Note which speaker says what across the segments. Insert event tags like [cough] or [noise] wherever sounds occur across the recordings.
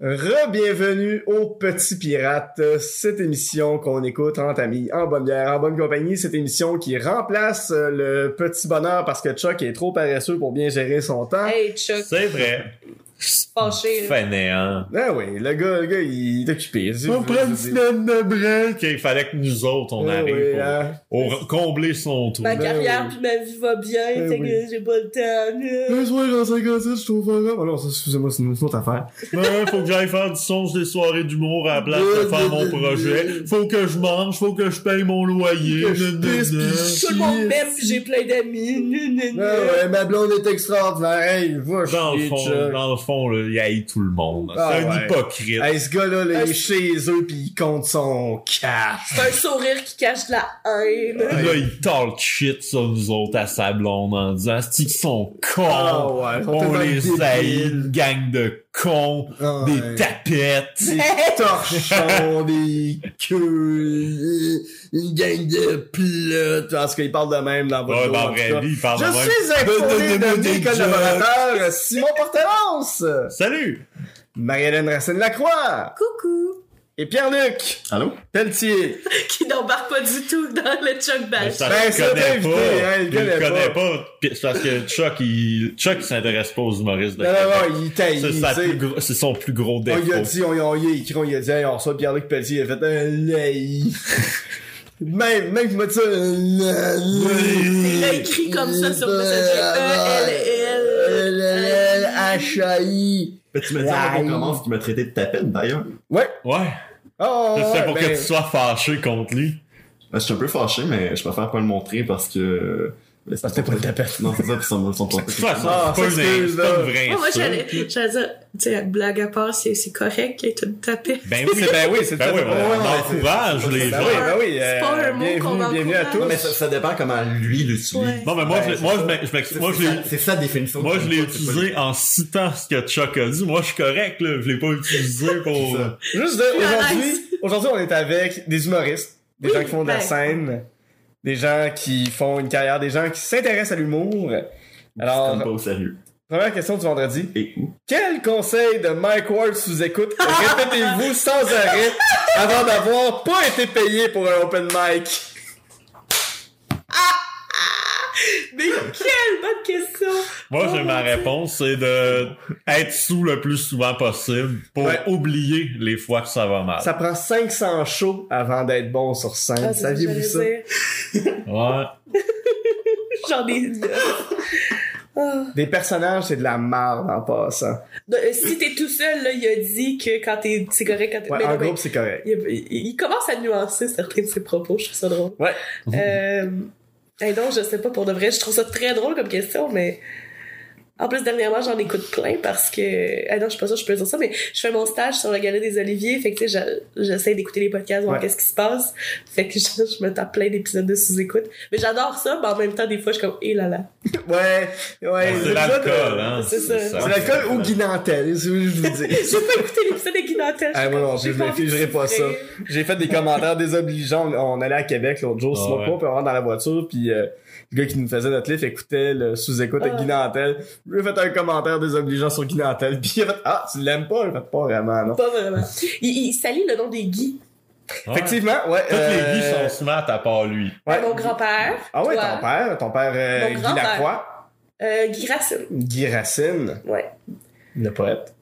Speaker 1: Re-bienvenue aux Petits Pirates, cette émission qu'on écoute entre amis, en bonne bière, en bonne compagnie, cette émission qui remplace euh, le petit bonheur parce que Chuck est trop paresseux pour bien gérer son temps.
Speaker 2: Hey Chuck,
Speaker 3: C'est vrai.
Speaker 2: fâché. là.
Speaker 3: Fainéant.
Speaker 1: Ah oui, le gars, le gars, il est occupé.
Speaker 3: On prend une
Speaker 1: Je- je-
Speaker 3: semaine de break. Il fallait que nous autres, on
Speaker 1: Ah
Speaker 3: arrive
Speaker 1: oui,
Speaker 3: pour,
Speaker 1: hein.
Speaker 3: pour combler son trou.
Speaker 2: Ma
Speaker 1: Ben
Speaker 2: carrière
Speaker 1: oui.
Speaker 2: puis ma vie va bien,
Speaker 1: Ben
Speaker 2: fait
Speaker 1: oui.
Speaker 2: que j'ai pas le temps. là.
Speaker 1: Un soir en 56, je trouve un Oh non, ça, excusez-moi, c'est une autre affaire.
Speaker 3: Ben, faut que j'aille faire du son sur des soirées d'humour à la place de faire mon projet. Faut que je mange, faut que je paye mon loyer.
Speaker 1: Que je
Speaker 3: nan, nan,
Speaker 1: pisse,
Speaker 3: nan.
Speaker 1: pis
Speaker 2: Tout le monde
Speaker 1: Yes.
Speaker 2: m'aime puis j'ai plein d'amis. Gna,
Speaker 1: Ah
Speaker 2: gna, gna.
Speaker 1: ouais, ma blonde est extraordinaire. Hey, va
Speaker 3: Dans le
Speaker 1: chier,
Speaker 3: fond,
Speaker 1: Chuck.
Speaker 3: dans le fond, là, il haït tout le monde.
Speaker 1: Ah
Speaker 3: C'est un
Speaker 1: ouais.
Speaker 3: hypocrite.
Speaker 1: Hey, ce gars-là, là, il
Speaker 2: Ah,
Speaker 1: est chez eux pis il compte son cash.
Speaker 2: C'est un sourire qui cache de la haine.
Speaker 3: Là, il talk shit sur nous autres à sa blonde en disant c'est qu'ils sont cons.
Speaker 1: Ah ouais, ils sont
Speaker 3: Oh, on
Speaker 1: tellement
Speaker 3: les
Speaker 1: débiles.
Speaker 3: haït, une gang de cons,
Speaker 1: Ah
Speaker 3: des
Speaker 1: ouais.
Speaker 3: tapettes.
Speaker 1: Des torchons, des queues, une gang de pilotes, parce qu'il parle de même dans votre
Speaker 3: Ah Ouais,
Speaker 1: dos,
Speaker 3: dans la
Speaker 1: en tout cas.
Speaker 3: vraie vie, il parle
Speaker 1: Je
Speaker 3: de même.
Speaker 1: suis informé
Speaker 3: Donne-nous
Speaker 1: de
Speaker 3: des
Speaker 1: mes collaborateurs, Simon Portelance,
Speaker 3: Salut!
Speaker 1: Marie-Hélène Racine-Lacroix
Speaker 2: Coucou!
Speaker 1: et Pierre-Luc
Speaker 4: Allô?
Speaker 1: Pelletier.
Speaker 2: Qui n'embarque pas du tout dans le Chuck Bash.
Speaker 3: Ça,
Speaker 1: Ben,
Speaker 3: je
Speaker 1: c'est
Speaker 3: connais
Speaker 1: invité,
Speaker 3: pas.
Speaker 1: hein, il
Speaker 3: je
Speaker 1: connaît
Speaker 3: le connais pas. Puis C'est parce que Chuck, il, Chuck, il s'intéresse pas aux humoristes de
Speaker 1: Non,
Speaker 3: Québec.
Speaker 1: non, non, il taille,
Speaker 3: C'est
Speaker 1: tu
Speaker 3: sa
Speaker 1: sais.
Speaker 3: plus gros- c'est son plus gros
Speaker 1: On
Speaker 3: défaut.
Speaker 1: lui a dit, on lui a, on lui a écrit, on lui a dit, hey, on reçoit Pierre-Luc Pelletier, il a fait un
Speaker 3: [laughs]
Speaker 1: laï. Même, même, je me dis ça, un
Speaker 2: Il a écrit comme ça sur Messenger. E, E-L-L.
Speaker 1: H-A-I.
Speaker 4: Ben, tu me dis avant
Speaker 1: Aïe.
Speaker 4: qu'on commence, tu m'as traité de ta peine d'ailleurs.
Speaker 1: Ouais.
Speaker 3: Ouais,
Speaker 1: Oh,
Speaker 3: c'est
Speaker 1: ouais,
Speaker 3: pour
Speaker 1: ben,
Speaker 3: que tu sois fâché contre lui.
Speaker 4: Ben, je suis un peu fâché, mais je préfère pas le montrer parce que. Ben, c'est
Speaker 1: C'était pas de ta peine.
Speaker 4: Non, c'est ça, pis ça me sont pas.
Speaker 3: De toute façon,
Speaker 1: Ah,
Speaker 3: c'est pas, une-
Speaker 1: s'excuse,
Speaker 3: c'est pas
Speaker 1: là.
Speaker 3: une vraie
Speaker 2: Moi, moi, j'allais
Speaker 3: insulte.
Speaker 2: j'allais dire, tu sais, blague à part, c'est c'est correct qu'il y ait une tapette.
Speaker 3: Ben oui,
Speaker 1: Ben oui, c'est
Speaker 3: ben
Speaker 1: tout.
Speaker 3: oui,
Speaker 1: Ouais, ouais,
Speaker 3: on
Speaker 1: ouais,
Speaker 3: encourage
Speaker 1: Ben
Speaker 3: les gens.
Speaker 1: oui, ben oui.
Speaker 2: C'est pas
Speaker 1: euh,
Speaker 2: un mot
Speaker 1: bienvenue-
Speaker 2: qu'on
Speaker 1: Bienvenue à
Speaker 2: encourage.
Speaker 1: tous.
Speaker 4: Non, mais ça, ça dépend comment lui l'utilise.
Speaker 2: Ouais.
Speaker 3: Non, mais moi,
Speaker 4: Ben,
Speaker 3: je,
Speaker 4: c'est
Speaker 3: moi,
Speaker 4: ça.
Speaker 3: je m'ex- je m'explique.
Speaker 4: C'est-
Speaker 3: Moi, je
Speaker 4: c'est
Speaker 3: l'ai,
Speaker 4: ça- C'est ça la définition.
Speaker 3: moi, je l'ai
Speaker 4: C'est pas-
Speaker 3: utilisé en citant ce que Chuck a dit. Moi, je suis correct, là. Je l'ai pas utilisé pour...
Speaker 4: C'est ça.
Speaker 1: Juste dire,
Speaker 2: Plus à
Speaker 1: aujourd'hui,
Speaker 2: l'aise.
Speaker 1: aujourd'hui, on est avec des humoristes, des
Speaker 2: Oui,
Speaker 1: gens qui font de la
Speaker 2: ben.
Speaker 1: scène, des gens qui font une carrière, des gens qui s'intéressent à l'humour.
Speaker 4: Comme pas
Speaker 1: Alors,
Speaker 4: au sérieux.
Speaker 1: première question du vendredi.
Speaker 4: Et où?
Speaker 1: Quel conseil de Mike Ward sous écoute répétez-vous sans arrêt avant d'avoir pas été payé pour un open mic?
Speaker 2: Mais quelle bonne question!
Speaker 1: Ah,
Speaker 3: Moi,
Speaker 2: Oh,
Speaker 3: j'ai ma
Speaker 2: mon Dieu.
Speaker 3: réponse, c'est de être sous le plus souvent possible pour
Speaker 1: Ouais.
Speaker 3: oublier les fois que ça va mal.
Speaker 1: Ça prend 500 shows avant d'être bon sur scène.
Speaker 2: Ah, c'est ce que
Speaker 1: Saviez-vous
Speaker 2: j'allais
Speaker 1: ça?
Speaker 2: dire.
Speaker 3: Ouais.
Speaker 2: J'en
Speaker 1: [laughs]
Speaker 2: ai neuf. Ah.
Speaker 1: Des personnages, c'est de la marde en passant.
Speaker 2: Donc, euh, Si t'es tout seul, là, il a dit que quand t'es, c'est correct quand t'es.
Speaker 1: Ouais,
Speaker 2: Mais
Speaker 1: en
Speaker 2: non, mais
Speaker 1: groupe, c'est correct.
Speaker 2: il, il- il commence à nuancer certains de ses propos, je trouve ça drôle.
Speaker 1: Ouais.
Speaker 2: Euh, hey, donc, je sais pas pour de vrai, je trouve ça très drôle comme question, mais. En plus, dernièrement, j'en écoute plein parce que. Ah non, je suis pas sûre que je peux dire ça, mais je fais mon stage sur la galerie des Oliviers. Fait que, tu sais, j'a- j'essaie d'écouter les podcasts, voir
Speaker 1: Ouais.
Speaker 2: qu'est-ce qui se passe. Fait que [laughs] je, je me tape plein d'épisodes de sous-écoute. Mais j'adore ça, mais en même temps, des fois, je suis comme, hé là là.
Speaker 1: Ouais, ouais.
Speaker 3: c'est l'alcool, hein.
Speaker 2: c'est ça.
Speaker 1: C'est l'alcool ou Guy Nantel, c'est ce que je vous dis.
Speaker 2: [laughs] J'ai pas écouté l'épisode avec Guinantel.
Speaker 1: Ah, moi non plus, je m'infligerai pas ça. J'ai fait des commentaires désobligeants. On on allait à Québec l'autre jour,
Speaker 3: Ah
Speaker 1: Simon
Speaker 3: ouais.
Speaker 1: Pau, puis on rentre dans la voiture, puis euh, le gars qui nous faisait notre lift écoutait le sous-écoute avec
Speaker 2: Ah.
Speaker 1: Guy Nantel. Lui a fait un commentaire désobligeant sur Guy Nantel, [laughs] puis il a fait « Ah, tu l'aimes pas? » Il a fait « Pas vraiment, non.
Speaker 2: Pas vraiment. Il, il salit le nom des Guy.
Speaker 3: Ah Ouais.
Speaker 1: Effectivement, ouais.
Speaker 3: Toutes
Speaker 1: euh,
Speaker 3: les vies sont smart à part lui.
Speaker 1: ouais.
Speaker 2: Mon grand-père.
Speaker 1: Ah ouais,
Speaker 2: toi,
Speaker 1: ton père, ton père euh,
Speaker 2: Mon
Speaker 1: Guy
Speaker 2: grand-père.
Speaker 1: Lacroix,
Speaker 2: euh, Guy Racine.
Speaker 1: Guy Racine,
Speaker 2: Ouais.
Speaker 1: le poète,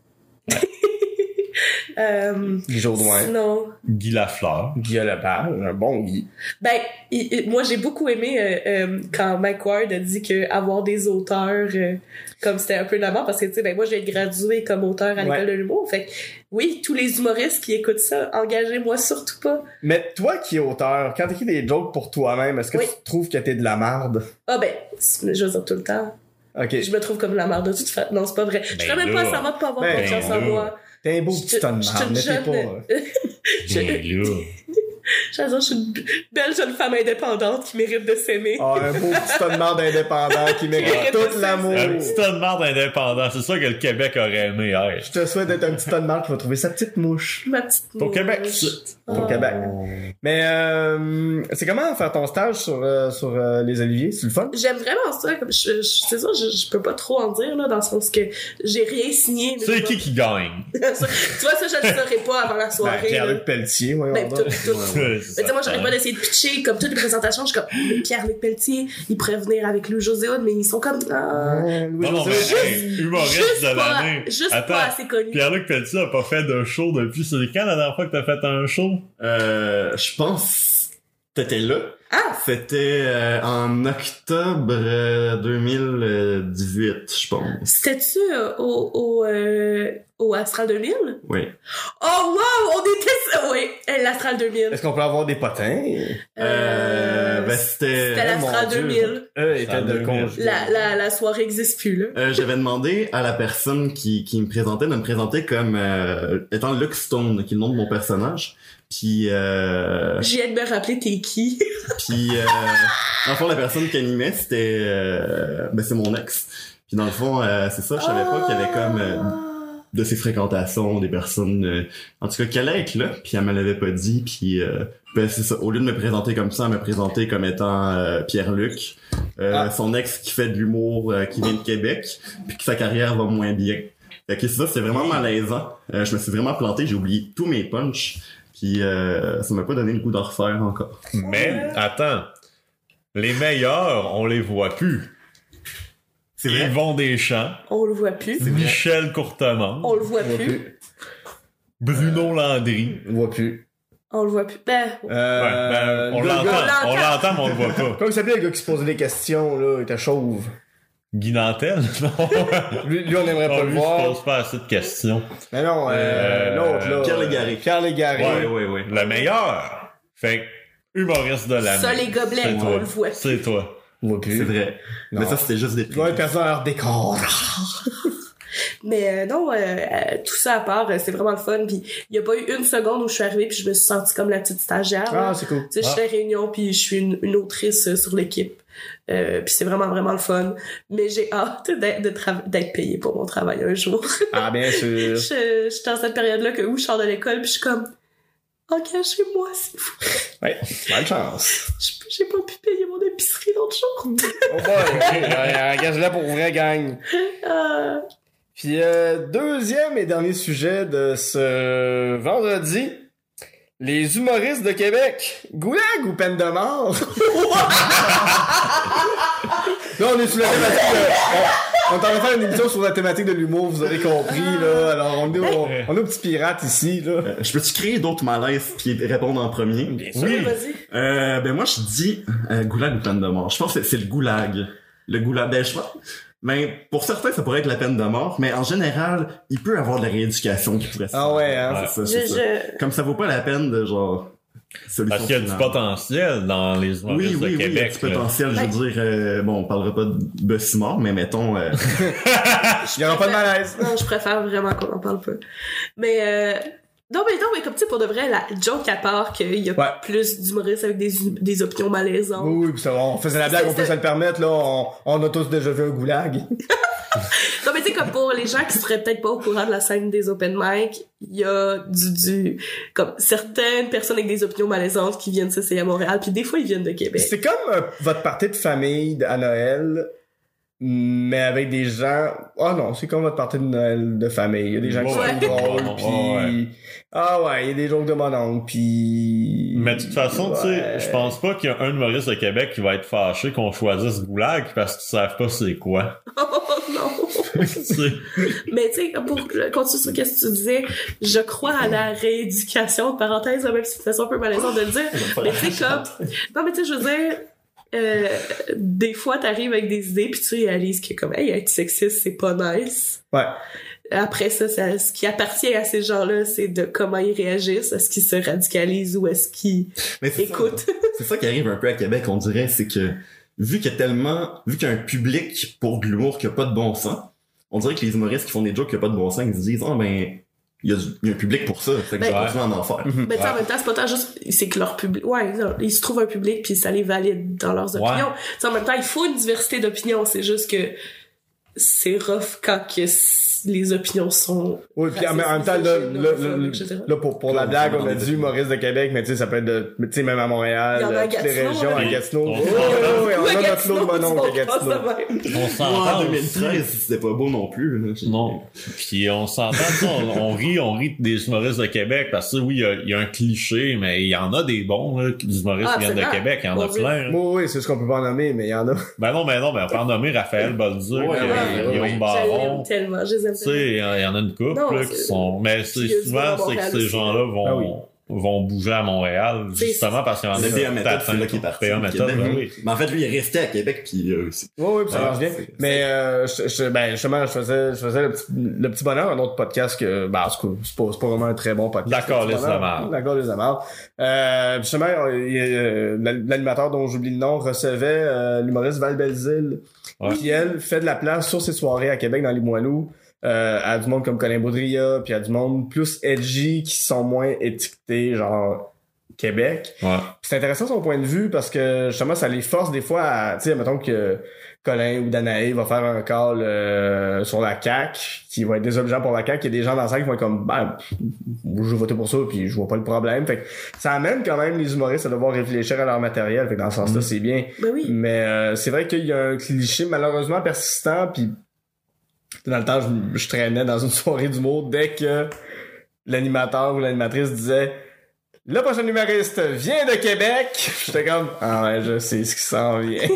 Speaker 2: Euh,
Speaker 1: Guy Jourdouin,
Speaker 2: Sinon.
Speaker 3: Guy
Speaker 1: [laughs]
Speaker 3: Lafleur.
Speaker 1: Guy Lepage, un bon Guy.
Speaker 2: Ben, il- il- moi, j'ai beaucoup aimé euh, euh, quand Mike Ward a dit que avoir des auteurs, euh, comme c'était un peu d'avant, parce que, tu sais, ben, moi, j'ai gradué comme auteur à l'école
Speaker 1: Ouais.
Speaker 2: de l'humour. Fait que, oui, tous les humoristes qui écoutent ça, engagez-moi surtout pas.
Speaker 1: Mais toi qui es auteur, quand t'écris des jokes pour toi-même, est-ce que
Speaker 2: Oui.
Speaker 1: tu trouves que t'es de la marde?
Speaker 2: Ah, ben, c'est- je veux dire tout le temps.
Speaker 1: Ok.
Speaker 2: Je me trouve comme la merde de toute façon. Non, c'est pas vrai. je
Speaker 3: Ben
Speaker 2: ferais même
Speaker 3: là.
Speaker 2: pas ça va de pas avoir
Speaker 1: Ben
Speaker 2: confiance en
Speaker 3: là.
Speaker 2: moi.
Speaker 1: T'es euh, un beau
Speaker 2: Je
Speaker 1: petit
Speaker 2: te-
Speaker 1: homme de
Speaker 2: je
Speaker 1: marde,
Speaker 2: te
Speaker 1: mais t'es
Speaker 2: jeune-
Speaker 1: pas... euh,
Speaker 2: Je-
Speaker 3: Ben là.
Speaker 2: J'adore, [laughs] je suis une belle jeune femme indépendante qui mérite de s'aimer.
Speaker 1: Ah, un beau petit tas de marde indépendant qui mérite
Speaker 2: mérite
Speaker 1: tout
Speaker 2: de
Speaker 1: l'amour.
Speaker 5: Un petit tas de marde indépendant, c'est ça que le Québec aurait aimé hier.
Speaker 1: Je te souhaite d'être un petit tas de marde qui va trouver sa petite mouche.
Speaker 2: Ma petite
Speaker 5: Au
Speaker 2: mouche.
Speaker 5: Québec,
Speaker 2: Ah.
Speaker 1: Au Québec. Mais euh, c'est comment faire ton stage sur, euh, sur euh, les oliviers? C'est le fun?
Speaker 2: J'aime vraiment ça. Comme je, je- c'est ça, je, je peux pas trop en dire, là, dans le sens que j'ai rien signé. mais
Speaker 5: c'est
Speaker 2: je-
Speaker 5: qui qui gagne?
Speaker 2: Ça, tu vois, ça, je le saurais pas avant la
Speaker 1: Ben,
Speaker 2: soirée. là.
Speaker 1: Pierre-Luc Pelletier, voyons
Speaker 2: Ben,
Speaker 1: donc.
Speaker 2: tout, tout. Mais tu sais, moi, j'aurais pas d'essayer de pitcher, comme toutes les présentations, je suis comme, Pierre-Luc Pelletier, il pourrait venir avec Lou José Hood, mais ils sont comme, ah,
Speaker 1: Ouais, Louis
Speaker 5: Non, non, mais
Speaker 1: José.
Speaker 5: hey, humoriste
Speaker 2: juste,
Speaker 5: de
Speaker 2: pas,
Speaker 5: l'année.
Speaker 2: juste
Speaker 5: Attends,
Speaker 2: pas assez connu.
Speaker 5: Pierre-Luc Pelletier a pas fait de show depuis. C'est quand la dernière fois que t'as fait un show?
Speaker 4: Euh, je pense que t'étais là.
Speaker 2: Ah!
Speaker 4: C'était euh, en octobre euh, 2018, je pense.
Speaker 2: C'était-tu euh, au, au, euh, au Astral 2000?
Speaker 4: Oui. Euh,
Speaker 2: Oh, wow! On était, oui, eh, l'Astral 2000.
Speaker 1: Est-ce qu'on peut avoir des potins? Eh,
Speaker 4: Euh, ben, c'était...
Speaker 2: c'était
Speaker 4: mon
Speaker 2: l'Astral
Speaker 4: Dieu.
Speaker 2: 2000.
Speaker 1: Eux étaient Euh, de
Speaker 5: Salut.
Speaker 1: congé.
Speaker 2: La, la, la soirée existe plus, là.
Speaker 4: Euh, J'avais demandé à la personne qui, qui me présentait de me présenter comme euh, étant Luke Stone, qui est le nom de mon personnage. Puis, euh,
Speaker 2: J'ai hâte de me rappeler t'es qui.
Speaker 4: puis euh, dans le fond, la personne qui animait, c'était... euh, ben, c'est mon ex. Puis dans le fond, euh, c'est ça, je savais pas qu'il y avait comme... euh,
Speaker 2: Ah.
Speaker 4: de ses fréquentations, des personnes, euh, en tout cas qu'elle allait être là, puis elle me l'avait pas dit, puis euh, ben c'est ça. Au lieu de me présenter comme ça, elle me présentait comme étant euh, Pierre-Luc, euh,
Speaker 1: Ah.
Speaker 4: son ex qui fait de l'humour, euh, qui vient de Québec, puis que sa carrière va moins bien. Fait que c'est ça, c'est vraiment malaisant. Euh, je me suis vraiment planté, j'ai oublié tous mes punchs, puis euh, ça m'a pas donné le goût d'en refaire encore.
Speaker 5: Mais,
Speaker 2: Ouais.
Speaker 5: attends. Les meilleurs, on les voit plus.
Speaker 4: C'est
Speaker 5: Ils
Speaker 4: vrai.
Speaker 5: vont des champs.
Speaker 2: On le voit plus.
Speaker 5: Michel Courtemont.
Speaker 2: On le voit
Speaker 1: On voit
Speaker 2: plus.
Speaker 1: plus.
Speaker 5: Bruno Landry.
Speaker 1: On voit plus.
Speaker 2: On le voit plus. Ben,
Speaker 1: Euh,
Speaker 5: Ouais, ben, on
Speaker 1: le
Speaker 5: l'entend.
Speaker 1: gars-
Speaker 2: On
Speaker 5: On
Speaker 2: l'entend.
Speaker 5: l'entend, mais on le voit pas.
Speaker 1: Comment il s'appelait le gars qui se posait des questions, là? Il était chauve.
Speaker 5: Guy Nantel? [laughs] Non.
Speaker 1: Lui, lui, on aimerait
Speaker 5: Non,
Speaker 1: pas le
Speaker 5: lui, je
Speaker 1: voir.
Speaker 5: pose pas assez de questions.
Speaker 1: Mais non, euh,
Speaker 5: Euh,
Speaker 1: l'autre, là.
Speaker 4: Pierre Légaré.
Speaker 1: Pierre Légaré.
Speaker 4: Ouais, ouais, ouais.
Speaker 5: Le meilleur. Fait que, humoriste de l'année.
Speaker 2: Ça, les gobelets,
Speaker 5: C'est
Speaker 2: on
Speaker 5: toi.
Speaker 2: le voit.
Speaker 5: C'est toi.
Speaker 1: On voit plus.
Speaker 4: C'est vrai.
Speaker 1: Non.
Speaker 4: Mais ça, c'était juste des
Speaker 1: Tu vois, une personne hors décor.
Speaker 2: Mais euh, non, euh, euh, tout ça à part, euh, c'est vraiment le fun. Puis il n'y a pas eu une seconde où je suis arrivée puis je me suis sentie comme la petite stagiaire. là.
Speaker 1: Ah, c'est cool.
Speaker 2: Tu sais, je fais réunion puis je suis une, une autrice euh, sur l'équipe. Euh, puis c'est vraiment, vraiment le fun. Mais j'ai hâte d'être, de tra- d'être payée pour mon travail un jour.
Speaker 1: [laughs] Ah, bien sûr.
Speaker 2: je, je suis dans cette période-là que où je sors de l'école puis je suis comme... Engagez-moi, s'il vous plaît.
Speaker 1: Bonne chance.
Speaker 2: Je- J'ai pas pu payer mon épicerie l'autre jour.
Speaker 1: Oh boy. Ouais, Engage-la pour vrai, gang.
Speaker 2: Euh,
Speaker 1: Puis, euh, deuxième et dernier sujet de ce vendredi. Les humoristes de Québec. Goulag ou peine de [laughs] mort? là, on est sur la thématique de... On, on est en train de faire une émission sur la thématique de l'humour, vous aurez compris, là. Alors, on est, au, on est aux petits pirates ici, là.
Speaker 4: Euh, je peux-tu créer d'autres malaises puis répondre en premier?
Speaker 2: oui, vas-y.
Speaker 4: Euh, ben moi je dis euh, goulag ou peine de mort. Je pense que c'est le goulag. Le goulag ben, je pense- ben, pour certains ça pourrait être la peine de mort, mais en général, il peut y avoir de la rééducation qui pourrait se
Speaker 1: Ah
Speaker 4: faire.
Speaker 1: ouais, hein.
Speaker 4: Ouais, c'est ça, c'est
Speaker 2: Je-
Speaker 4: ça.
Speaker 2: je-
Speaker 4: Comme ça vaut pas la peine de genre solution
Speaker 5: Parce qu'il y a du
Speaker 4: finale.
Speaker 5: potentiel dans les
Speaker 4: Oui,
Speaker 5: humoristes
Speaker 4: oui,
Speaker 5: de
Speaker 4: oui, il y a
Speaker 5: Québec.
Speaker 4: du
Speaker 5: là.
Speaker 4: potentiel, je
Speaker 2: Ouais.
Speaker 4: veux dire, euh, bon, on parlera pas de Bussy mort, mais mettons, euh,
Speaker 1: Il y aura pas de malaise.
Speaker 2: Non, je préfère vraiment qu'on en parle pas. Mais euh, non, mais non, mais comme tu sais, pour de vrai, la joke à part qu'il y a
Speaker 1: Ouais.
Speaker 2: plus d'humoristes avec des, des opinions malaisantes.
Speaker 1: Oui, oui, pis ça, on faisait la blague, on peut se le permettre, là. On, on a tous déjà vu un goulag.
Speaker 2: Ben. Non, mais tu sais, comme pour les gens qui seraient peut-être pas au courant de la scène des open mic, il y a du, du, comme certaines personnes avec des opinions malaisantes qui viennent s'essayer à Montréal, puis des fois ils viennent de Québec. [laughs]
Speaker 1: C'est comme euh, votre partie de famille de- à Noël, mais avec des gens. Ah non, c'est comme votre partie de Noël de famille. Il y a des gens qui
Speaker 2: Ouais.
Speaker 1: sont drôles,
Speaker 5: Ouais.
Speaker 1: puis ah ouais, il y a des jokes de mon oncle, puis.
Speaker 5: Mais de toute façon, tu sais, je pense pas qu'il y a un humoriste de Québec qui va être fâché qu'on choisisse Goulag parce qu'ils savent pas c'est
Speaker 3: [laughs]
Speaker 5: quoi.
Speaker 2: Oh non!
Speaker 5: Tu sais.
Speaker 2: Mais tu sais, pour continuer sur ce que tu disais, je crois à la rééducation, parenthèse, même si c'est façon un peu malaisant de le dire. Mais tu sais, comme. Non, mais tu sais, je veux dire, euh, des fois, t'arrives avec des idées, puis tu réalises que, comme, hey, être sexiste, c'est pas nice.
Speaker 1: Ouais.
Speaker 2: Après ça, ça- ce qui appartient à ces gens-là, c'est de comment ils réagissent, est-ce qu'ils se radicalisent ou est-ce qu'ils
Speaker 4: mais c'est ça.
Speaker 2: écoutent.
Speaker 4: C'est ça qui arrive un peu à Québec, on dirait, c'est que vu qu'il y a tellement, vu qu'il y a un public pour de l'humour qui a pas de bon sens, on dirait que les humoristes qui font des jokes qui a pas de bon sens, ils se disent, ah ben, il y, a du- il y a un public pour ça. Fait que
Speaker 2: Ben-
Speaker 4: je continue à en faire.
Speaker 2: Mais tu sais, en
Speaker 3: Ouais.
Speaker 2: même temps, c'est pas tant juste, c'est que leur public, ouais, non, ils se trouvent un public puis ça les valide dans leurs
Speaker 3: Ouais.
Speaker 2: opinions. Tu sais, en même temps, il faut une diversité d'opinions, c'est juste que c'est rough quand que s- les opinions sont.
Speaker 1: Oui, puis en, en même temps, là, là, là, là, là, pour, pour la blague, on a dit humoriste de Québec, mais tu sais, ça peut être de, mais tu sais, même à Montréal,
Speaker 2: Il y en a à
Speaker 1: euh, toutes les
Speaker 2: Gatineau, hein.
Speaker 1: régions, à
Speaker 5: là.
Speaker 1: Gatineau.
Speaker 5: Oui.
Speaker 1: Oui, oui, on a notre lot de
Speaker 2: bon
Speaker 1: bonhommes à Gatineau.
Speaker 3: On
Speaker 4: Moi, en
Speaker 3: s'entend aussi.
Speaker 4: 2013, c'était pas beau non plus. là. J'ai-
Speaker 3: Non. Puis on s'entend, tu sais, on, on rit, on rit des humoristes de Québec parce que oui, il y a- il y, a un cliché, mais il y en a des bons, là, qui- des humoristes
Speaker 2: Ah,
Speaker 3: qui viennent de
Speaker 2: absolument.
Speaker 3: Québec, il y en a
Speaker 2: Mon Dieu.
Speaker 3: plein. là.
Speaker 1: Oui, oui, c'est ce qu'on peut pas nommer, mais il y en a.
Speaker 3: Ben non, ben non, ben on peut en nommer Raphaël Bolduc,
Speaker 4: Ouais,
Speaker 3: euh,
Speaker 4: ouais,
Speaker 3: Guillaume
Speaker 4: ouais.
Speaker 3: Baron.
Speaker 2: J'aime tellement, je les aime
Speaker 3: Tu sais, il y en il y en a une couple
Speaker 2: Non,
Speaker 3: là,
Speaker 2: c'est-
Speaker 3: qui sont. Mais
Speaker 2: Puis
Speaker 3: c'est
Speaker 2: il y a du
Speaker 3: souvent
Speaker 2: monde à
Speaker 3: c'est que
Speaker 2: Montréal
Speaker 3: ces
Speaker 2: aussi,
Speaker 3: gens-là vont.
Speaker 1: Ah oui.
Speaker 3: vont bouger à Montréal
Speaker 2: C'est-
Speaker 3: justement parce qu'il y en a
Speaker 4: C'est un méthode, c'est là qui est parti.
Speaker 3: PA
Speaker 4: du
Speaker 3: méthode,
Speaker 4: Québec.
Speaker 3: ben oui.
Speaker 4: Mais en fait, lui, il est resté à Québec, puis il a réussi.
Speaker 1: Oui, oui, puis ça
Speaker 4: Ah,
Speaker 1: marche bien.
Speaker 4: c'est-
Speaker 1: Mais euh, je, je- ben, justement, je faisais, je faisais le, petit, le petit bonheur, un autre podcast que, ben, en tout cas, c'est pas, c'est pas vraiment un très bon podcast.
Speaker 3: D'accord,
Speaker 1: Le Petit
Speaker 3: les
Speaker 1: Bonheur.
Speaker 3: amarres.
Speaker 1: D'accord, les amarres. Euh, puis justement, euh, il y a, euh, l'an- l'animateur dont j'oublie le nom recevait euh, l'humoriste Val Belzile,
Speaker 3: Ouais.
Speaker 1: qui, elle, fait de la place sur ses soirées à Québec dans les Moilous. Euh, à du monde comme Colin Baudrilla, puis à du monde plus edgy qui sont moins étiquetés, genre Québec.
Speaker 3: Ouais.
Speaker 1: C'est intéressant son point de vue parce que justement ça les force des fois à tu sais mettons que Colin ou Danae va faire un call euh, sur la CAC qui va être désobligeant pour la CAC il y a des gens dans la salle qui vont être comme ben pff, je vais voter pour ça puis je vois pas le problème fait que ça amène quand même les humoristes à devoir réfléchir à leur matériel fait que dans ce sens-là c'est bien
Speaker 2: Ben oui.
Speaker 1: mais euh, c'est vrai qu'il y a un cliché malheureusement persistant, puis dans le temps, je, je traînais dans une [laughs] soirée d'humour dès que l'animateur ou l'animatrice disait le prochain humoriste vient de Québec. J'étais comme ah ouais, je sais ce qui s'en vient. [laughs]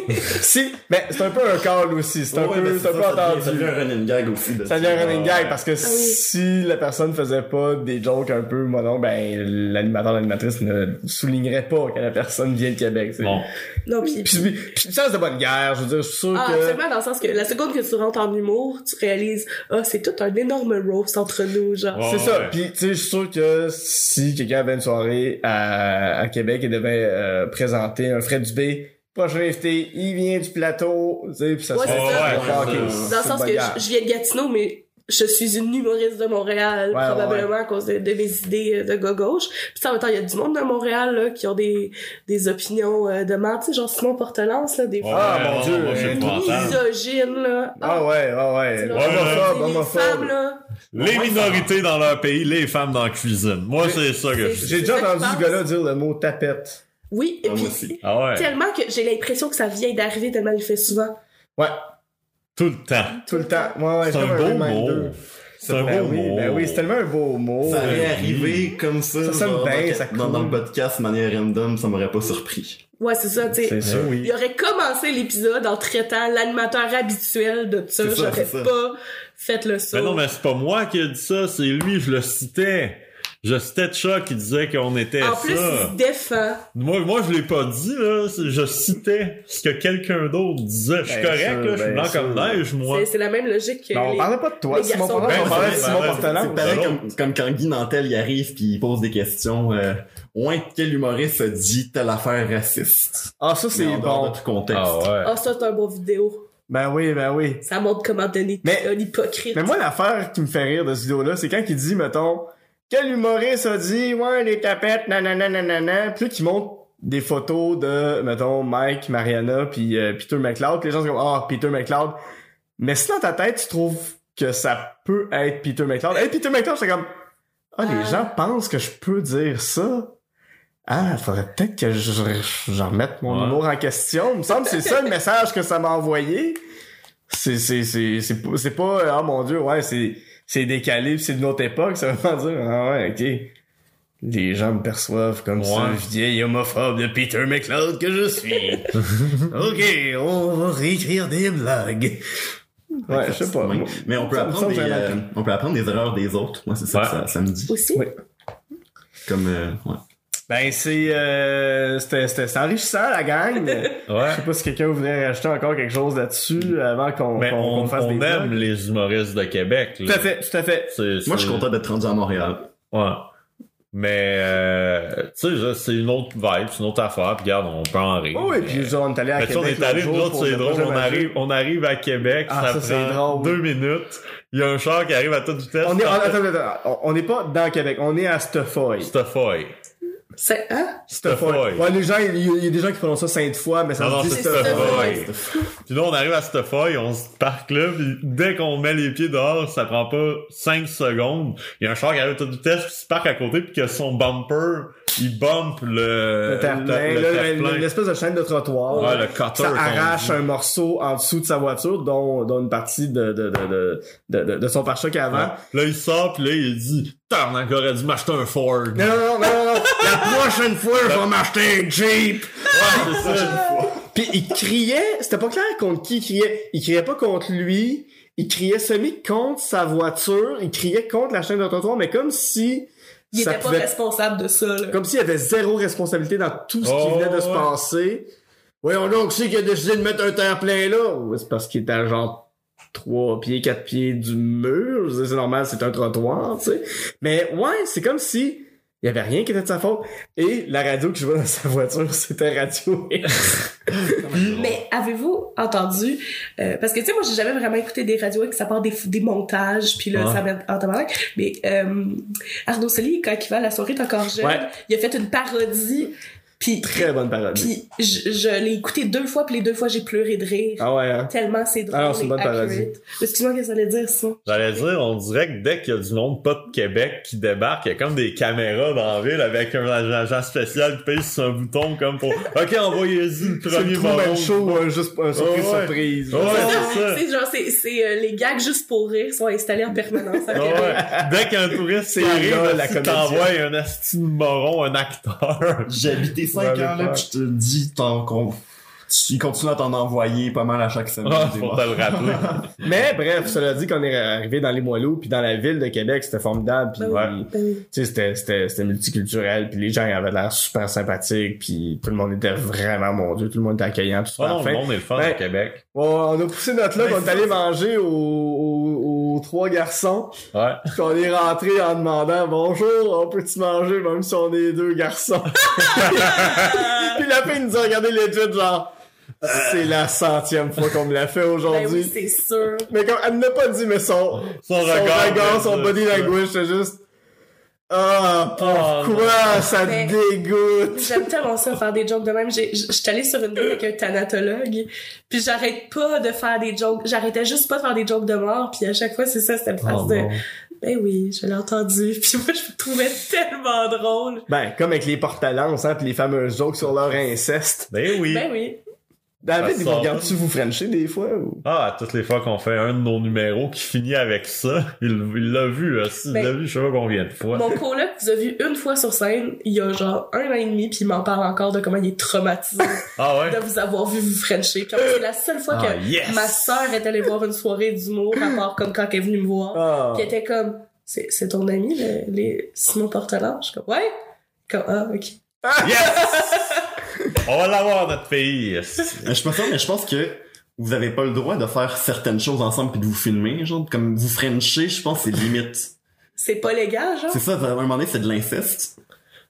Speaker 1: si, mais c'est un peu un call aussi, c'est un
Speaker 4: Ouais,
Speaker 1: peu,
Speaker 4: ben,
Speaker 1: c'est un peu
Speaker 4: ça, ça devient-
Speaker 1: entendu.
Speaker 4: Ça devient un running gag aussi. de
Speaker 1: Ça devient un running gag parce que
Speaker 2: Ah oui.
Speaker 1: si la personne faisait pas des jokes un peu monon, ben l'animateur, l'animatrice ne soulignerait pas que la personne vient de Québec. c'est-
Speaker 3: Bon.
Speaker 2: Non, puis-
Speaker 1: puis, puis, puis ça, c'est de bonne guerre. Je veux dire, je suis sûr
Speaker 2: Ah,
Speaker 1: que.
Speaker 2: absolument, dans le sens que la seconde que tu rentres en humour, tu réalises, ah, c'est tout un énorme roast entre nous, genre.
Speaker 3: Ouais.
Speaker 1: C'est ça. Puis, tu sais, je suis sûr que si quelqu'un avait une soirée à, à Québec et devait euh, présenter un Fred Dubé, prochain invité, il vient du plateau, tu sais, puis ça
Speaker 2: Ouais,
Speaker 1: se
Speaker 2: c'est ça.
Speaker 1: Ah, ok,
Speaker 4: Dans
Speaker 1: c'est
Speaker 2: Dans
Speaker 4: le
Speaker 2: le
Speaker 1: une
Speaker 2: sens
Speaker 1: bonne
Speaker 2: que
Speaker 1: guerre.
Speaker 2: je, je viens de Gatineau, mais je suis une humoriste de Montréal,
Speaker 1: Ouais, ouais,
Speaker 2: probablement à cause de, de mes idées euh, de gauche. Puis ça, en même temps, il y a du monde de Montréal là, qui ont des, des opinions euh, de merde. Tu sais, genre Simon Portelance, là, des
Speaker 3: Ouais,
Speaker 1: Ah,
Speaker 3: non,
Speaker 1: mon Dieu,
Speaker 3: moi, je suis
Speaker 1: euh,
Speaker 3: pas entendre.
Speaker 2: misogynes, là.
Speaker 1: Ah ouais, ah
Speaker 2: c'est
Speaker 1: ouais.
Speaker 2: là,
Speaker 1: Homophobe,
Speaker 2: des- des femmes,
Speaker 1: homophobe.
Speaker 2: là.
Speaker 3: Les
Speaker 4: Ouais,
Speaker 3: minorités dans leur pays, les femmes dans la cuisine. Moi,
Speaker 1: C'est-
Speaker 3: c'est ça que je
Speaker 2: c'est-
Speaker 1: J'ai déjà
Speaker 2: C'est ça que
Speaker 1: entendu
Speaker 2: je
Speaker 1: ce
Speaker 2: pense.
Speaker 1: gars-là dire le mot tapette.
Speaker 2: Oui, et
Speaker 4: Ah,
Speaker 2: puis
Speaker 4: moi aussi.
Speaker 3: Ah ouais.
Speaker 2: tellement que j'ai l'impression que ça vient d'arriver tellement il le fait souvent.
Speaker 1: Ouais,
Speaker 3: Tout le temps.
Speaker 1: tout le temps. Ouais, ouais,
Speaker 3: C'est
Speaker 1: comme
Speaker 3: un beau
Speaker 1: reminder.
Speaker 3: mot. C'est un
Speaker 1: Ben
Speaker 3: beau
Speaker 1: oui,
Speaker 3: mot.
Speaker 1: ben oui, c'est tellement un beau mot.
Speaker 4: Ça aurait arrivé comme ça.
Speaker 1: Ça sonne
Speaker 4: dans-
Speaker 1: bien,
Speaker 4: dans-
Speaker 1: ça
Speaker 4: dans, dans le podcast, de manière random, ça m'aurait pas surpris.
Speaker 2: Ouais, c'est ça, tu sais.
Speaker 1: C'est ça.
Speaker 3: Ben oui.
Speaker 2: Il aurait commencé l'épisode en traitant l'animateur habituel de ça.
Speaker 4: C'est ça,
Speaker 2: J'aurais
Speaker 4: c'est ça.
Speaker 2: pas fait le saut.
Speaker 3: Mais Ben non, mais c'est pas moi qui ai dit ça, c'est lui, je le citais. Je citais Chuck qui disait qu'on était
Speaker 2: en
Speaker 3: ça.
Speaker 2: plus, il se défend.
Speaker 3: Moi, moi, je l'ai pas dit, là. C'est- Je citais ce que quelqu'un d'autre disait. Je suis
Speaker 1: Ben
Speaker 3: correct,
Speaker 1: sûr,
Speaker 3: là. Je suis
Speaker 1: ben
Speaker 3: blanc comme
Speaker 1: sûr.
Speaker 3: neige, moi.
Speaker 2: C'est- C'est la même logique que.
Speaker 1: Non, Ben, on
Speaker 2: les-
Speaker 1: parlait pas de toi,
Speaker 2: les
Speaker 1: Simon
Speaker 2: garçons.
Speaker 1: Portelance. On parlait de
Speaker 3: Ben,
Speaker 1: Simon
Speaker 3: ben,
Speaker 1: Portelance.
Speaker 4: C'est pareil
Speaker 3: c'est
Speaker 4: comme, comme quand Guy Nantel il arrive puis il pose des questions. Euh, ouais, quel humoriste a dit telle affaire raciste?
Speaker 1: Ah, ça,
Speaker 4: Mais
Speaker 1: c'est
Speaker 4: en dehors
Speaker 1: bon.
Speaker 4: de tout contexte.
Speaker 3: ouais.
Speaker 2: Ah, ça, c'est un bon vidéo.
Speaker 1: Ben oui, ben oui.
Speaker 2: Ça montre comment donner
Speaker 1: Mais-
Speaker 2: un hypocrite.
Speaker 1: Mais moi, l'affaire qui me fait rire de ce vidéo-là, c'est quand il dit, mettons, quel humoriste a dit, ouais, les tapettes, nanana, nanana, puis là, qu'il montre des photos de, mettons, Mike, Mariana, puis euh, Peter McLeod, puis les gens sont comme, ah, Peter McLeod. Mais si dans ta tête, tu trouves que ça peut être Peter McLeod, hey, Peter McLeod, c'est comme, ah, les
Speaker 2: Ah.
Speaker 1: gens pensent que je peux dire ça. Ah, faudrait peut-être que je, je- je remette mon
Speaker 3: Ouais.
Speaker 1: humour en question. Il me semble que c'est ça le message que ça m'a envoyé. C'est, c'est, c'est, c'est, pas- c'est pas, ah mon dieu, ouais, c'est, c'est décalé pis c'est d'une autre époque. Ça veut vraiment dire, ah ouais, ok. Les gens me perçoivent comme
Speaker 3: Ouais.
Speaker 1: ce vieil homophobe de Peter McLeod que je
Speaker 3: [laughs]
Speaker 1: suis. ok, on va réécrire des blagues. Ouais, je sais pas.
Speaker 4: Ouais. Mais on peut,
Speaker 1: Ça me
Speaker 4: apprendre
Speaker 1: semble
Speaker 4: des,
Speaker 1: que j'ai
Speaker 4: euh, on peut apprendre des erreurs des autres. Moi, c'est ça
Speaker 3: Ouais.
Speaker 4: que ça, ça me dit.
Speaker 2: Aussi.
Speaker 1: Oui.
Speaker 4: Comme, euh, ouais.
Speaker 1: Ben, c'est, euh, c'était, c'était, c'était enrichissant, la gang.
Speaker 3: Ouais.
Speaker 1: Je sais pas si quelqu'un voulait rajouter encore quelque chose là-dessus avant qu'on,
Speaker 3: Mais
Speaker 1: qu'on-
Speaker 3: on,
Speaker 1: qu'on fasse
Speaker 3: on
Speaker 1: des
Speaker 3: aime
Speaker 1: blagues.
Speaker 3: les humoristes de Québec,
Speaker 1: Tout
Speaker 3: là.
Speaker 1: à fait, tout à fait.
Speaker 3: C'est-
Speaker 4: Moi, je suis
Speaker 3: c'est-
Speaker 4: content d'être rendu à Montréal.
Speaker 3: Ouais. Mais, euh, tu sais, je- c'est une autre vibe, c'est une autre affaire, puis regarde, on peut en rire.
Speaker 1: Oh, et
Speaker 3: mais-
Speaker 1: puis genre, on est allé à
Speaker 3: Mais tu sais, on
Speaker 1: Québec
Speaker 3: est allé,
Speaker 1: l'autre
Speaker 3: nous
Speaker 1: jour
Speaker 3: autres,
Speaker 1: pour
Speaker 3: c'est
Speaker 1: le
Speaker 3: drôle,
Speaker 1: projet
Speaker 3: on
Speaker 1: magique.
Speaker 3: arrive, on arrive à Québec,
Speaker 1: Ah,
Speaker 3: ça,
Speaker 1: ça, c'est
Speaker 3: prend
Speaker 1: drôle.
Speaker 3: deux minutes, il y a un char qui arrive à toute vitesse.
Speaker 1: On est, on,
Speaker 3: ça
Speaker 1: attends, attends, attends. On- on n'est pas dans Québec, on est à Steffoy.
Speaker 3: fait- Cette feuille.
Speaker 2: C'est, hein?
Speaker 3: Steffoy.
Speaker 1: Ouais, les gens, il y, il y a des gens qui font ça sainte fois, mais ça
Speaker 3: Non, non,
Speaker 1: se dit
Speaker 3: c'est
Speaker 1: Steffoy.
Speaker 3: Steffoy. Puis là, on arrive à cette feuille, on se parque là, puis dès qu'on met les pieds dehors, ça prend pas 5 secondes. Il y a un char qui arrive à toute vitesse, qui se parque à côté, puis que son bumper, il bump le...
Speaker 1: Le terre-plein,
Speaker 3: le- le
Speaker 1: là,
Speaker 3: terre-plein.
Speaker 1: une espèce de chaîne de trottoir.
Speaker 3: Ouais,
Speaker 1: là.
Speaker 3: le cutter.
Speaker 1: ça
Speaker 3: qu'on
Speaker 1: arrache
Speaker 3: dit.
Speaker 1: un morceau en dessous de sa voiture, dont, dont une partie de, de, de, de, de, de- de son pare-choc avant.
Speaker 3: Là, il sort, puis là, il dit « Tarnac aurait dû m'acheter un [laughs] Ford. »
Speaker 1: Non, non, non, non, non, non. La prochaine fois, je vais m'acheter un Jeep.
Speaker 3: Ouais, c'est ça.
Speaker 1: Puis il criait, c'était pas clair contre qui il criait. Il criait pas contre lui, il criait semi contre sa voiture, il criait contre la chaîne de trottoir, mais comme si
Speaker 2: Il
Speaker 1: ça
Speaker 2: était pas
Speaker 1: pouvait-
Speaker 2: responsable de ça, là.
Speaker 1: comme s'il y avait zéro responsabilité dans tout ce qui
Speaker 3: Oh,
Speaker 1: venait de se
Speaker 3: ouais.
Speaker 1: passer. Voyons donc, qui c'est qui a décidé de mettre un terre-plein là? Ouais, C'est parce qu'il était à genre trois pieds, quatre pieds du mur. Je veux dire, C'est normal, c'est un trottoir, tu sais. Mais ouais, c'est comme si il y avait rien qui était de sa faute. Et la radio que je vois dans sa voiture, [laughs] c'était Radio X.
Speaker 2: Mais avez-vous entendu euh, parce que tu sais moi j'ai jamais vraiment écouté des radios que ça part des, des montages puis là
Speaker 3: Ouais.
Speaker 2: ça met en tabarnak mais euh, Arnaud Soli quand il va à la soirée est encore jeune
Speaker 1: Ouais.
Speaker 2: il a fait une parodie puis
Speaker 1: Très bonne parodie.
Speaker 2: puis je, je l'ai écouté deux fois puis les deux fois j'ai pleuré de rire
Speaker 1: Ah ouais, hein?
Speaker 2: tellement c'est drôle
Speaker 1: Ah non, c'est une
Speaker 2: et
Speaker 1: bonne
Speaker 2: accurate.
Speaker 1: parodie.
Speaker 2: excuse-moi qu'est-ce que ça allait dire ça
Speaker 3: J'allais dire, on dirait que dès qu'il y a du monde pas de Québec qui débarque, il y a comme des caméras dans la ville avec un agent spécial qui pèse sur un bouton comme pour « Ok, envoyez-y le
Speaker 1: C'est
Speaker 3: premier
Speaker 1: le Truman
Speaker 3: ballon.
Speaker 1: Show, hein, juste un surprise
Speaker 3: Ah ouais.
Speaker 1: surprise.
Speaker 3: Ah ouais, c'est ça.
Speaker 2: c'est genre c'est c'est euh, les gags juste pour rire sont installés en permanence
Speaker 3: Ah ouais. Dès qu'un touriste
Speaker 1: C'est
Speaker 3: arrive,
Speaker 1: là, la
Speaker 3: si
Speaker 1: comédienne.
Speaker 3: t'envoies un asti de moron,
Speaker 1: [laughs]
Speaker 3: un acteur.
Speaker 4: J'habitais 5
Speaker 1: Ouais,
Speaker 4: ans
Speaker 1: mais
Speaker 4: là, pis je te dis tant qu'on. tu- Ils continuent à t'en envoyer pas mal à chaque semaine.
Speaker 3: Ah,
Speaker 4: des
Speaker 3: pour
Speaker 4: morts.
Speaker 3: te le
Speaker 1: Ah,
Speaker 3: rappeler.
Speaker 1: Mais bref, cela dit qu'on est arrivé dans les Moelleux puis dans la ville de Québec, c'était formidable. Puis,
Speaker 2: Ben
Speaker 3: oui.
Speaker 1: tu sais, c'était, c'était, c'était multiculturel, puis les gens avaient l'air super sympathiques, puis tout le monde était vraiment, mon Dieu, tout le monde était accueillant, tout
Speaker 3: Oh
Speaker 1: super
Speaker 3: non,
Speaker 1: fin.
Speaker 3: le monde est le fun
Speaker 1: Ouais.
Speaker 3: au Québec.
Speaker 1: Ouais, on a poussé notre luck,
Speaker 4: Ben,
Speaker 1: on est
Speaker 4: ça,
Speaker 1: allé
Speaker 4: c'est-
Speaker 1: manger aux, aux, aux trois garçons,
Speaker 3: Ouais.
Speaker 1: puis on est rentré en demandant « Bonjour, on peut-tu manger même si on est deux garçons? » Puis la fille nous a regardé legit genre « C'est la centième fois qu'on me l'a fait
Speaker 2: ben
Speaker 1: aujourd'hui.
Speaker 2: oui c'est sûr
Speaker 1: Mais comme elle ne l'a pas dit, mais son,
Speaker 3: Son regard, euh,
Speaker 1: son
Speaker 3: euh,
Speaker 1: body
Speaker 3: euh,
Speaker 1: language, c'est juste. Ah,
Speaker 3: Oh,
Speaker 1: pourquoi ça
Speaker 2: Mais-
Speaker 1: te dégoûte?
Speaker 2: J'aime tellement ça faire des jokes de même. J'ai- j- J'étais allée sur une date avec un thanatologue, puis j'arrête pas de faire des jokes. J'arrêtais juste pas de faire des jokes de mort, puis à chaque fois c'est ça, c'était le
Speaker 3: Oh Ah,
Speaker 2: face de. Ben oui, je l'ai entendu. [laughs] Puis moi je me trouvais tellement drôle.
Speaker 1: Ben, comme avec les portalances, hein, pis les fameuses jokes sur leur inceste.
Speaker 3: Ben oui.
Speaker 2: Ben oui.
Speaker 1: David,
Speaker 3: Ça
Speaker 1: ils vous
Speaker 3: sort.
Speaker 1: regardent-tu vous Frencher des fois? Ou...
Speaker 3: Ah, toutes les fois qu'on fait un de nos numéros qui finit avec ça, il il l'a vu aussi.
Speaker 2: Ben-
Speaker 3: il l'a vu je sais pas combien de fois.
Speaker 2: Mon coloc vous a vu une fois sur scène il y a genre un an et demi, puis il m'en parle encore de comment il est traumatisé
Speaker 3: [laughs] Ah ouais?
Speaker 2: de vous avoir vu vous Frencher. Puis en plus, c'est la seule fois que
Speaker 3: Ah yes!
Speaker 2: ma sœur est allée voir une soirée d'humour, à part comme quand elle est venue me voir.
Speaker 1: Ah.
Speaker 2: qui était comme c'est c'est ton ami le, les Simon Portelange comme ouais comme ah ok
Speaker 3: Yes!
Speaker 2: [laughs]
Speaker 3: On va l'avoir, notre pays.
Speaker 4: Euh, Je suis pas sûr, mais je pense que vous avez pas le droit de faire certaines choses ensemble puis de vous filmer. Genre, comme vous Frenchez, je pense que c'est limite.
Speaker 2: c'est pas légal genre
Speaker 4: c'est ça, à un moment donné, c'est de l'inceste.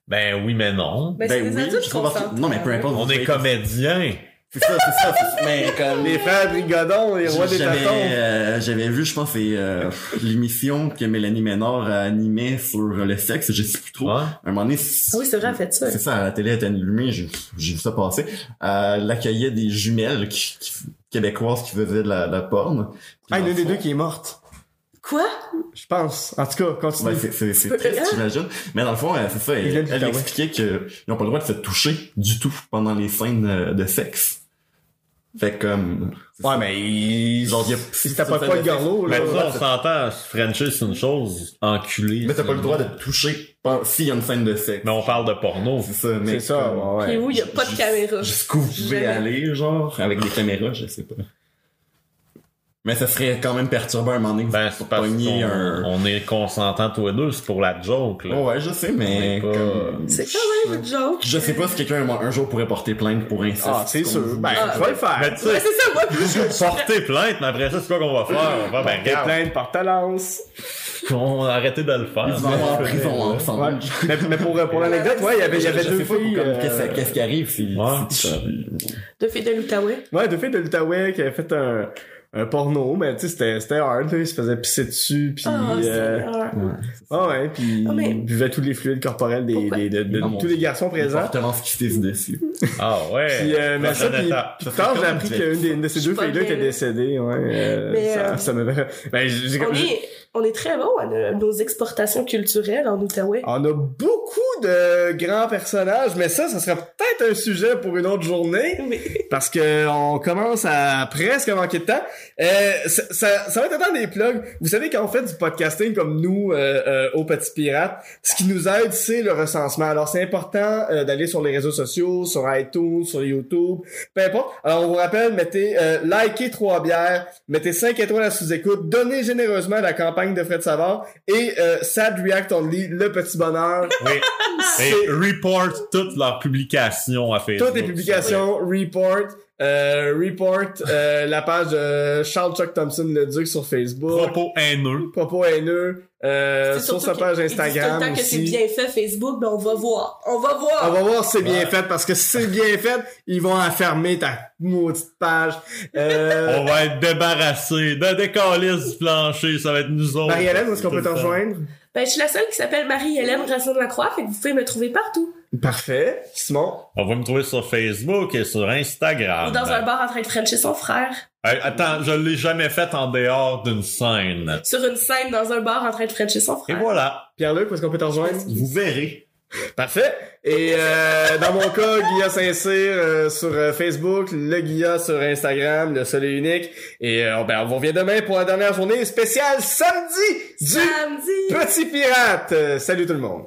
Speaker 3: Ben oui, mais non.
Speaker 2: mais c'est des adultes
Speaker 4: je
Speaker 2: qui
Speaker 4: trouve
Speaker 2: font
Speaker 4: parce
Speaker 2: ça.
Speaker 4: que- Non, mais peu importe.
Speaker 3: On
Speaker 4: vous
Speaker 3: est hein?
Speaker 4: faites-
Speaker 3: comédiens.
Speaker 4: C'est ça, c'est ça. c'est- Mais comme.
Speaker 1: Les frères Brigadon, les rois des
Speaker 4: J'avais
Speaker 1: tatons.
Speaker 4: euh, j'avais vu, je pense, c'est euh, l'émission que Mélanie Ménard a animée sur le sexe, je sais plus trop.
Speaker 3: Ouais.
Speaker 4: À un moment donné,
Speaker 2: Ah oui c'est vrai elle fait ça
Speaker 4: C'est ça, la télé était allumée, j'ai j'ai vu ça passer. Euh, elle accueillait des jumelles qui- qui- québécoises qui faisaient de la, de la porn.
Speaker 1: Ah, il y en a des
Speaker 4: Puis,
Speaker 1: deux qui est morte.
Speaker 2: quoi
Speaker 1: Je pense. En tout cas, continue.
Speaker 4: Ouais, c'est- c'est c'est
Speaker 2: peux-
Speaker 4: triste,
Speaker 2: hein?
Speaker 4: j'imagine. Mais dans le fond, euh, c'est ça,
Speaker 1: Il vient
Speaker 4: elle,
Speaker 1: de
Speaker 4: elle
Speaker 1: Outaouais.
Speaker 4: expliquait qu'ils n'ont pas le droit de se toucher du tout pendant les scènes euh, de sexe. Fait que, comme... c'est
Speaker 1: Ouais,
Speaker 4: ça.
Speaker 1: mais il...
Speaker 4: Genre, il y a-
Speaker 1: il tape pas
Speaker 4: ça
Speaker 1: le
Speaker 4: fait-
Speaker 1: garlot, là.
Speaker 3: Mais Ben, ça, on s'entend, Frenchie, c'est une chose, enculé.
Speaker 4: Mais t'as pas le
Speaker 3: c'est-
Speaker 4: droit de te toucher pendant- s'il y a une scène de sexe.
Speaker 3: Mais on parle de porno.
Speaker 4: C'est ça, mais
Speaker 1: C'est ça,
Speaker 4: comme-
Speaker 1: ouais.
Speaker 2: et où il y a pas de
Speaker 4: Jus-
Speaker 2: caméra
Speaker 4: Jusqu'où vous pouvez
Speaker 2: Jamais.
Speaker 4: aller, genre, avec des caméras, je sais pas. Mais ça serait quand même perturbant à un moment donné que
Speaker 3: Ben,
Speaker 4: vous
Speaker 3: c'est parce qu'on
Speaker 4: preniez un...
Speaker 3: on est consentants tous les deux, c'est pour la joke, là.
Speaker 4: Oh, ouais, je sais,
Speaker 3: Mais
Speaker 4: mais...
Speaker 3: pas-
Speaker 4: comme-
Speaker 2: c'est quand même une joke
Speaker 4: Je sais pas si quelqu'un un, un jour pourrait porter plainte pour inceste.
Speaker 1: Ah, c'est sûr. Ben,
Speaker 2: Ah.
Speaker 1: je vais le faire.
Speaker 3: Mais tu
Speaker 2: Ouais,
Speaker 3: sais,
Speaker 2: c'est ça moi je-
Speaker 3: porter plainte, mais après ça, c'est quoi qu'on va faire? On va faire, ben,
Speaker 1: Il y a
Speaker 3: regarde.
Speaker 1: plein de portalances.
Speaker 3: qu'on a arrêté de le faire.
Speaker 4: Ils vont en prison
Speaker 1: Ouais.
Speaker 4: ensemble.
Speaker 1: Mais, mais pour,
Speaker 4: [laughs]
Speaker 1: pour l'anecdote, ouais, il y avait, il y avait
Speaker 4: Je
Speaker 1: deux
Speaker 4: sais pas
Speaker 1: filles.
Speaker 4: comme
Speaker 1: euh,
Speaker 4: qu'est-ce- Qu'est-ce qui arrive si.
Speaker 3: Ouais.
Speaker 4: si tu-
Speaker 2: Deux filles de l'Outaouais.
Speaker 1: Ouais, deux filles de l'Outaouais qui avaient fait un, un porno, mais tu sais, c'était, c'était hard, là, ils se faisaient pisser dessus, puis...
Speaker 2: Ah,
Speaker 1: euh,
Speaker 2: Seigneur.
Speaker 1: ah ouais, puis
Speaker 2: Ah, mais-
Speaker 1: ils buvaient tous les fluides corporels des,
Speaker 2: Pourquoi?
Speaker 1: des, de, de-
Speaker 4: Non, mon
Speaker 1: tous les garçons présents.
Speaker 4: Fortement skitté dessus.
Speaker 3: Ah ouais.
Speaker 1: Puis, euh, mais ça,
Speaker 3: Prochaine
Speaker 1: puis,
Speaker 3: étape.
Speaker 1: puis
Speaker 4: Ça fait
Speaker 1: tard, j'ai
Speaker 4: comme
Speaker 1: appris
Speaker 4: du
Speaker 1: qu'une des- une de ces
Speaker 2: Je
Speaker 1: deux
Speaker 2: suis pas
Speaker 1: filles-là était
Speaker 2: bien.
Speaker 1: décédée, ouais. euh,
Speaker 2: Mais,
Speaker 1: ça,
Speaker 2: euh,
Speaker 1: ça m'avait... Ben, j'ai- j'ai-
Speaker 2: On est, on est très bon à nos- nos exportations culturelles en Outaouais.
Speaker 1: On a beaucoup de grands personnages, mais ça, ça serait peut-être un sujet pour une autre journée.
Speaker 2: Oui.
Speaker 1: Parce que on commence à presque manquer de temps. Euh, ça, ça, ça va être un temps des plugs. Vous savez quand on fait du podcasting comme nous euh, euh, au Petit Pirate, ce qui nous aide, c'est le recensement. Alors c'est important euh, d'aller sur les réseaux sociaux, sur iTunes, sur YouTube, peu importe. Alors on vous rappelle, mettez euh, likez trois bières, mettez 5 étoiles à sous-écoute, donnez généreusement à la campagne de Fred Savard et euh, Sad React Only, le petit bonheur.
Speaker 3: Oui. Et report toutes leurs publications à Facebook.
Speaker 1: Toutes les publications, report, euh, report, euh, la page de Charles Chuck Thompson le Duc sur Facebook, propos,
Speaker 3: Propos haineux.
Speaker 1: haineux, euh,
Speaker 2: C'est
Speaker 1: sur
Speaker 2: surtout
Speaker 1: sa
Speaker 2: que-
Speaker 1: page
Speaker 2: ils disent
Speaker 1: Instagram
Speaker 2: Tout le temps que c'est
Speaker 1: aussi.
Speaker 2: bien fait Facebook, ben on va voir. On va voir.
Speaker 1: On va voir si c'est bien fait parce que si c'est bien fait, ils vont enfermer ta maudite page. Euh,
Speaker 3: [laughs] On va être débarrassé de décalisse du plancher. Ça va être nous autres.
Speaker 1: Marie-Hélène, est-ce qu'on peut
Speaker 3: Tout le
Speaker 1: t'en
Speaker 3: temps.
Speaker 1: rejoindre?
Speaker 2: Ben, je suis la seule qui s'appelle Marie-Hélène Racine-Lacroix, fait que vous pouvez me trouver partout.
Speaker 1: Parfait. Simon?
Speaker 3: On va me trouver sur Facebook et sur Instagram.
Speaker 2: Ou dans un bar en train de frencher son frère.
Speaker 3: Euh, attends, je l'ai jamais fait en dehors d'une scène.
Speaker 2: Sur une scène dans un bar en train de frencher son
Speaker 3: Et
Speaker 2: frère.
Speaker 3: voilà.
Speaker 1: Pierre-Luc, est-ce qu'on peut t'en rejoindre?
Speaker 4: Vous verrez.
Speaker 1: Parfait. Et euh, dans mon cas, Guilla Saint-Cyr euh, sur euh, Facebook, le Guilla sur Instagram, le seul et unique. Et euh, ben, on vous revient demain pour la dernière journée spéciale samedi du
Speaker 2: Samedi!
Speaker 1: Petit Pirate. Euh, salut tout le monde.